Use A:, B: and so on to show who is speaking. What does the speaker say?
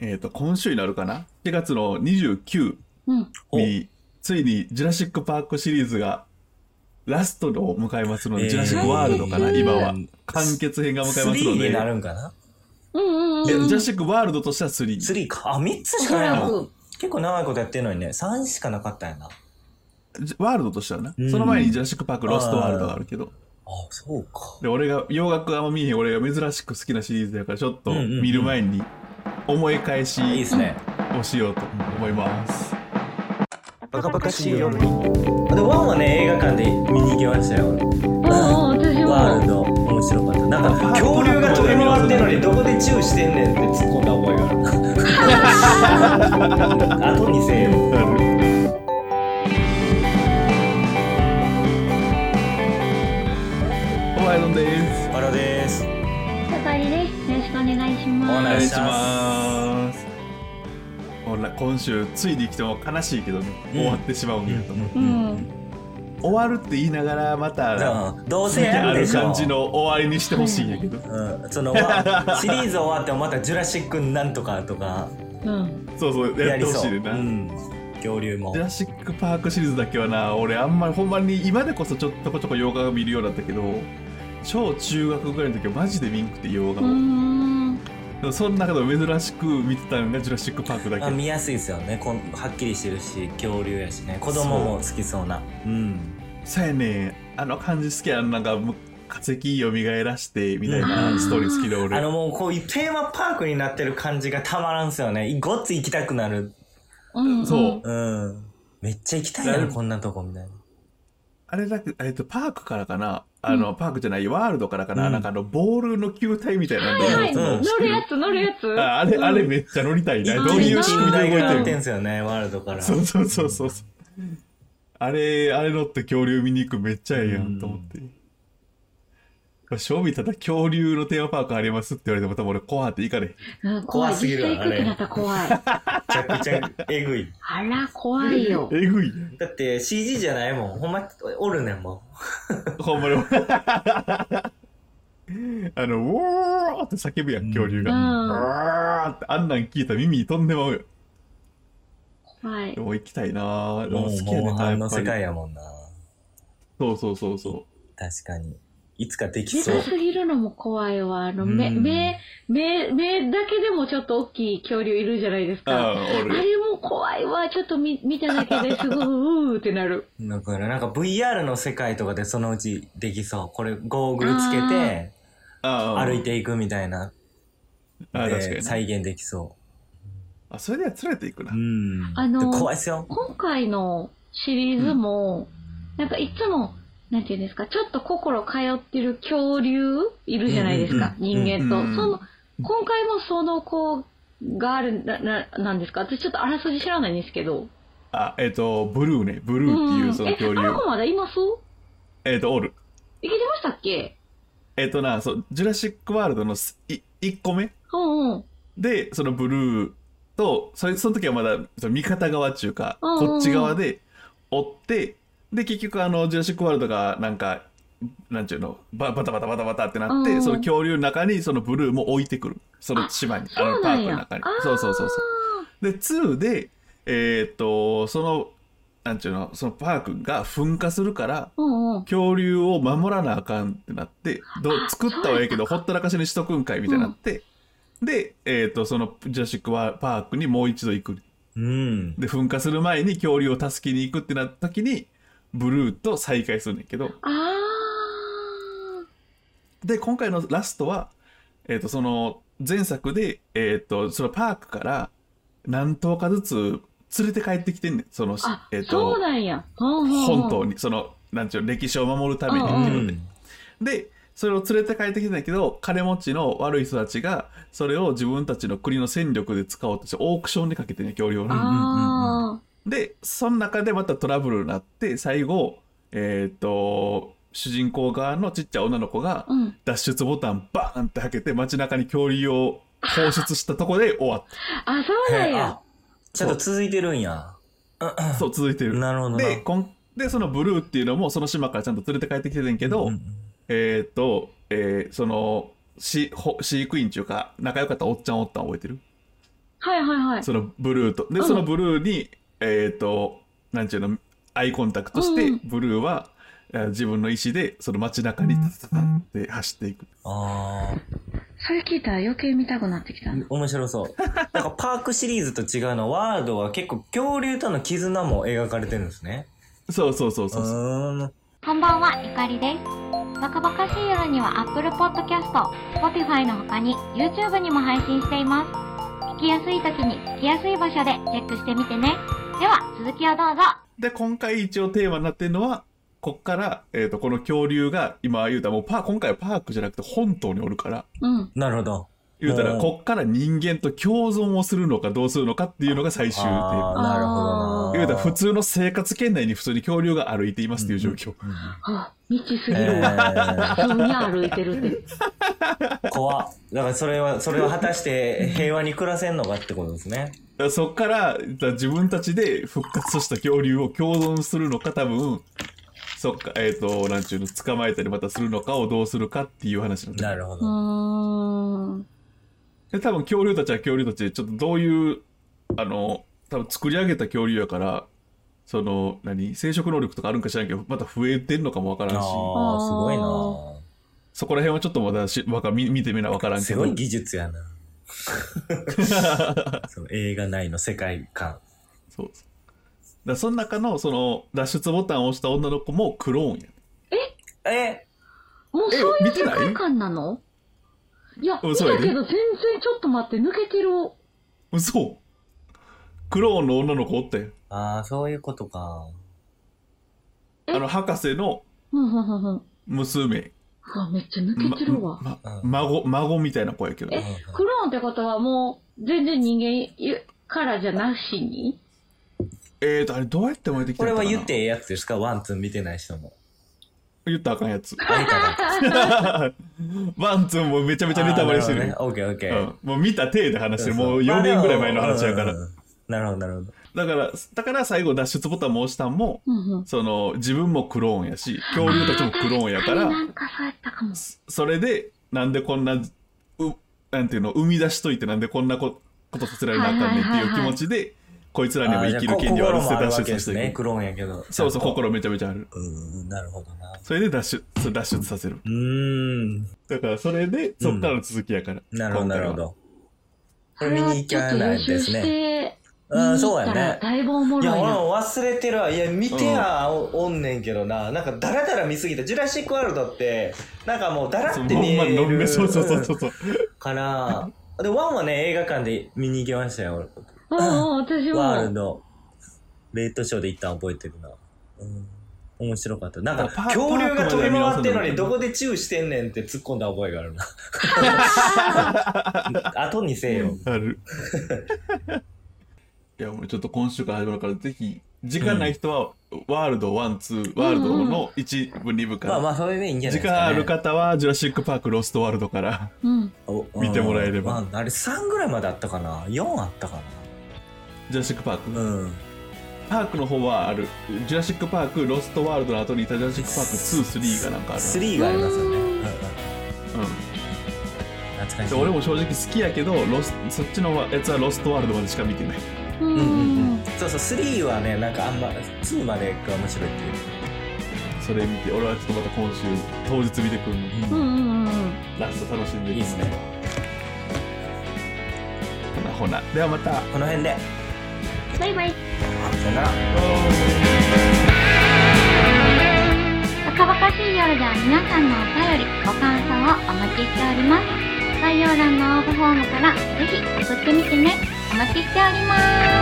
A: えっ、と、今週になるかな ?4 月の29
B: うん。
A: に、ついにジュラシック・パークシリーズがラストを迎えますので、
C: えー
A: ジュラシック・ワールドかな、今は
C: うん。
A: 完結編が迎えますの
C: 3にな
A: で。
C: るんかな
B: うんうんうん。
A: えジュラ
B: お
A: シック・ワールドとしては3。
C: ?3 か。あ、3つし
B: そ
C: かない
B: ら
C: の
B: く。
C: 結構長いことやってるのにね、3しかなかったんやな。あ、
A: ワールドとしてはな。
C: うん
A: その前にジュラシック・パーク・ロスト・ワールドがあるけど。
C: そうか。
A: で、俺が、洋楽あんま見えへん俺が珍しく好きなシリーズだから、ちょっと
C: うんうんうん
A: 見る前に思い返し
C: いいですね。
A: をしようと思います。
C: バカバカしいよ。で、1はね、映画館で見に行きましたよ。
B: お私
C: ワー
B: も。
C: ルド、面白かった。なんか、恐竜が飛び回ってるのに、どこでチューしてんねんって突っ込んだ覚えがある。後にせえよ。
A: おはようです。
C: バラです。
B: さかりです。よろしくお願いし
C: お
B: ま
C: 願
B: す。
C: い
A: い
C: し
A: し
C: ま
A: ます。ほら今週ついに来ても悲しいけどね、
C: うん
A: 終わってしまうんやと思う、
B: うん。
A: 終わるって言いながらまた
C: うんどう
A: 続
C: せ
A: き
C: や
A: あ
C: るで
A: る
C: しょ
A: 感じの終わりにしてほしいんやけど、
C: うん、その わシリーズ終わってもまた「ジュラシックなんとか」とか
B: うん。
A: そうそうや
C: や
A: っ
C: り
A: てほ
C: そ
A: し
C: う、
A: いねんな、
C: うん、恐竜も
A: ジュラシック・パークシリーズだけはな俺あんまりほんまに今でこそちょっとこちょこ洋画を見るようだったけど小中学ぐらいの時はマジで見んくて洋画
B: うー
A: を、
B: ん。
A: でもその中でも珍しく見てたのがジュラシック・パークだ
C: まあ、
A: け
C: 見やすいですよねこんはっきりしてるし恐竜やしね子供も好きそうなうん
A: そうやねんあの感じ好きやんなんかむ化石蘇らしてみたいなストーリー好きで俺、
C: あのもうこういうテーマパークになってる感じがたまらんすよねごっつ行きたくなる
B: うん。
A: そう。
C: うんめっちゃ行きたいな
A: うん
C: こんなとこみたいな
A: あれだけ、えっと、パークからかな、あの、パークじゃない、ワールドからかな、
C: うん
A: なんかあの、ボールの球体みたいなの
B: はいはい。
C: うん
B: 乗るやつ乗るやつ。
A: ああれ、あれ
B: うん
A: めっちゃ乗りたいな。
B: うん
A: どういう仕組みで動い
C: がなってて
A: る
C: んすよねワールドから
A: のそうそうそうそう。あれ、あれ乗って恐竜見に行くめっちゃええやんと思って。正味ただ恐竜のテーマパークありますって言われても多分俺怖って行かれへん。
B: うん怖い。
C: 怖すぎる
B: 実際行くってなったら怖い。
C: めちゃくちゃえぐい
B: あら、怖いよ。
A: えぐいやん。
C: だって CG じゃないもんほんまおるねんもん
A: ほんまに。 あの、ウォーって叫ぶやん、恐竜が。
B: う
A: ウ
B: ん
A: ォーってあんなん聞いたら耳に飛んでまうよ。
B: はい
A: で。も行きたいなぁ。で
C: も
A: も
C: う、
A: 好きやねん
C: もう
A: な
C: 反
A: や
C: の世
A: っぱり
C: 界やもんな。
A: そうそうそうそ
C: 確かに。いつかでき
B: で
C: そう
B: か。すぎるのも怖いわ。あの、目、
C: うん
B: 目、目、目だけでもちょっと大きい恐竜いるじゃないです
A: う。
B: か。あ
A: ああ、おる。
B: れも怖いわ。ちょっと見見ただけですごい、うーってなる。
C: だからなんか VR の世界とかでそのうちできそう。これゴーグルつけて
A: ああ、
C: 歩いていくみたいな。
A: ああ、確か
C: で
A: にな。
C: 再現できそ
A: あ、それでは連れていくな
C: う。う。ん。
B: あの
C: で怖いっすよ。
B: 今回のシリーズも、なんかいつも、なんていうんですか、ちょっと心通ってる恐竜いるじゃないですか、
C: うんうんうん
B: 人間と。
A: うんうん
B: その、今回もその子がある、な、な、なんですか私ちょっとあらすじ知らないんですけど。
A: あ、えっと、ブルーね。ブル
B: う
A: ーって
B: ん
A: いうその
B: え、
A: 恐
B: あの
A: 竜。
B: 子まだいます
A: えっと、おる。
B: いけてましたっけ
A: えっとな、そう、ジュラシックワールドのすい1個目
B: うんうん。
A: で、そのブルーと、それその時はまだその味方側っていうか、
B: うんうんうん
A: こっち側で追って、で、結局あの、ジュラシックワールドがなんか、なんちゅうの、ババタバタバタバタってなって、
B: うんうん
A: その恐竜の中にそのブルーも置いてくる。その島に、あ
B: そう
A: のパ
B: な
A: ーク
B: んや
A: の中に。そうそうそうそう。で、2で、えーっと、その、なんちゅうの、そのパークが噴火するから、
B: うんうん。
A: 恐竜を守らなあかんってなってどう作ったはいいけどほったらかしにしとくんかいみたいになって、で、えー、とそのジュラシック・パークにもう一度行く
C: うん。
A: で噴火する前に恐竜を助けに行くってなった時にブルーと再会するんだけど
B: あ
A: で今回のラストは、えー、とその前作で、えー、とそのパークから何頭かずつ連れて帰ってきてんねんその
B: ー、あ、
A: えー、
B: そう
A: と
B: なんや。うんうんうん
A: 本島にそのなんちゅうの歴史を守るためにって
C: う
A: いうので。
C: ん。
A: でそれを連れて帰ってきてんだけど金持ちの悪い人たちがそれを自分たちの国の戦力で使おうとしてオークションにかけてね恐竜をね
B: あ
A: でその中でまたトラブルになって最後えっ、と主人公側のちっちゃい女の子が
B: ー、うん。
A: 脱出ボタンバーンって開けて街中に恐竜を放出したとこで終わっ
B: あ、そうなん
C: へ
B: や
C: あ。、ちょっと続いてるんや。
A: たそう続いてる
C: なるほどな。
A: でこんでそのブルーっていうのもその島からちゃんと連れて帰ってきててんけど、
C: うんうん
A: えー、と、えーその、し、ほ、飼育員っていうか、仲良かったおっちゃんおったん覚えてる
B: はいはいはい。
A: そのブルーと。で、
B: うん
A: そのブルーに、えっ、と、なんちゅうの、アイコンタクトして、
B: うんうん
A: ブルーは、えー自分の意思で、その街中にタタタタって走っていく。
C: あ
B: それ聞いたら余計見たくなってきた
C: ー
B: な。
C: 面白そう。なんかパークシリーズと違うのは、ワールドは結構恐竜との絆も描かれてるんですね。
A: そうそうそう
C: う
A: そう。
C: ーん。
D: こんばんは、ゆかりです。バカバカしい夜には Apple Podcast、Spotify の他に YouTube にも配信しています。聞きやすい時に聞きやすい場所でチェックしてみてね。では、続きをどうぞ。
A: で、今回一応テーマになってるのは、こっから、えっ、と、この恐竜が、今言うたらもうパー、今回はパークじゃなくて本島におるから、
B: うん。
C: なるほど。
A: 言うた
C: う
A: ら、
C: ん
A: こっから人間と共存をするのかどうするのかっていうのが最終テー
C: あ
A: マ。
C: ーなるほどな。
A: 言うたら、普通の生活圏内に普通に恐竜が歩いていますっていう状況。
B: あ、道す
C: え
B: ぎるわ。
C: ー
B: 普通に歩いてるって。
C: 怖っだからそれは、それを果たして平和に暮らせんのかってことですね。
A: だからそっからだから自分たちで復活した恐竜を共存するのか多分そっかえっ、となんちゅうの捕まえたりまたするのかをどうするかっていう話なんだ
C: なるほ
B: う
C: ど。
B: ーん。
A: で多分恐竜たちは恐竜たちでちょっとどういうあの多分作り上げた恐竜やからその何生殖能力とかあるんか知らんけどまた増えてんのかもわからんし
C: ああ、すごいな。
A: そこら辺はちょっとまだしわか見見てみなわからんけ
C: す
A: ど
C: ごい技術や な。その映画内の世界観。
A: そうだからその中のその脱出ボタンを押した女の子もクローンや
C: え
B: もう
A: え
B: そうい
A: 見
B: う
A: て
B: 世
A: ない
B: 界観なのいや、
A: うん
B: 見
A: そ
B: た
A: うやで
B: けど全然ちょっと待って、抜けてる。
A: 嘘クローンの女の子おったよ
C: ああ、そういうことか。
A: あの博士の
B: うんうんうんうん。
A: 娘、
B: あ、めっちゃ抜
A: ま
B: けてるわ。
A: ま
C: うん
A: 孫孫みたいな子やけど
B: えクローンってことはもう、全然人間からじゃなしに
A: えーとあれどうやって生まれてきた
C: こ
A: ん
C: れ
A: やったか
C: は
A: な
C: 言ってええやつですかワン、ツー見てない人 も。
A: 言ったらあかんやつ
C: あいたな
A: ワンツーもめちゃめちゃネタバレしてる
C: あーなほどねオッケーオッケー。
A: うん、もう見た体で話してるもう
C: まあ
A: 4年ぐらい前の話やか。
C: で
A: ら
C: もうんなるほど、なるほど。
A: だからだから最後脱出ボタンも押したんも
B: うんうん。
A: その自分もクローンやし恐竜たちもクローンやか
B: あ
A: ら
B: ーなんかそうやったかも。
A: それでなんでこんなうなんていうの生み出しといてなんでこんなこことさせられなあかんねんっていう気持ちでこいつらにも生きる権利をある
C: あー
A: っ
C: じ
A: て
C: ゃあこ心もある
A: 脱
C: わ
A: 出
C: けで
A: させ
C: す
A: て
C: ね。
A: いく
C: クローンやけど。
A: そうそう
C: ちゃんと。
A: 心めちゃめちゃある
C: うん、なるほどな。
A: それで脱出そう脱出させる
C: うーん。
A: だからそれでそっからの続きやから、
C: なるほど、
A: 今
C: な
A: 回
C: る
A: は
C: ほど。これ見に行きゃない
B: ちょ
C: で
B: っと予習
C: す
B: し
C: ね。
B: て、
C: うん、
B: 見に
C: そ
B: 行
C: う
B: っ
C: や
B: たら
C: ね。
B: だいぶおも
C: いや、
B: ろい
C: 俺
B: な。
C: も忘れてるわ。いや、見てや、おおんねんけどな。なんか、だらだら見すぎた。ジュラシックワールドって、なんかもう、だら
A: そう
C: って
A: ほ
C: 見
A: んまに
C: え
A: のん
C: る
A: べそうそうそうそう そう
C: から、で、ワンはね、映画館で見に行きましたよ。
B: うんうん、私
C: ワール
B: も。
C: ド、レイトショーで一旦覚えてるな。うん。面白かった。なん
A: あパ
C: か、
A: ー
C: 恐竜が飛び回って
A: パークまでは見直
C: るのに、
A: さない
C: どこでチューしてんねんって突っ込んだ覚えがあ るな。後にせよ。
A: あるいやもうちょっと今週から始まるからぜひ時間ない人は、ワールド1、2、ワールドの1部、2部か
C: ま
A: ら、
C: あまあ、それでいいんじゃない
A: 時
C: です
A: 間
C: か、
A: あ
C: ね。
A: る方は、ジュラシック・パーク、ロスト・ワールドから。
B: うん。
C: お
A: 見てもらえれば
C: うんまあ、あれ3ぐらいまであったかな4あったか
A: ジュラシック・パーク、
C: なうん
A: パークの方はある。ジュラシック・パーク、ロスト・ワールドの後にいたジュラシック・パーク2、3がなんかある。
C: 3がありますよね、
B: う
C: うんんうん、
A: う
C: 懐か
A: ん。
C: し
A: で
C: い
A: 俺も正直好きやけど、ロスそっちのやつはロスト・ワールドまでしか見てない。
B: う
C: うんうんうんん。そうそう3はねなんかあんま2までが面白いって
A: それ見て、俺はちょっとまた今週、当日見てくるの。
C: いう、
B: うんうんうんうん。
A: ラスト楽しんで
C: いいですね。
A: ほなほな。ではまた。
C: この辺で
D: バイバイ。
C: さよなら
D: バカバカしい夜では皆さんのお便り、ご感想をお待ちしております。概要欄の応募フォームからぜひ送ってみてね。お待ちしております。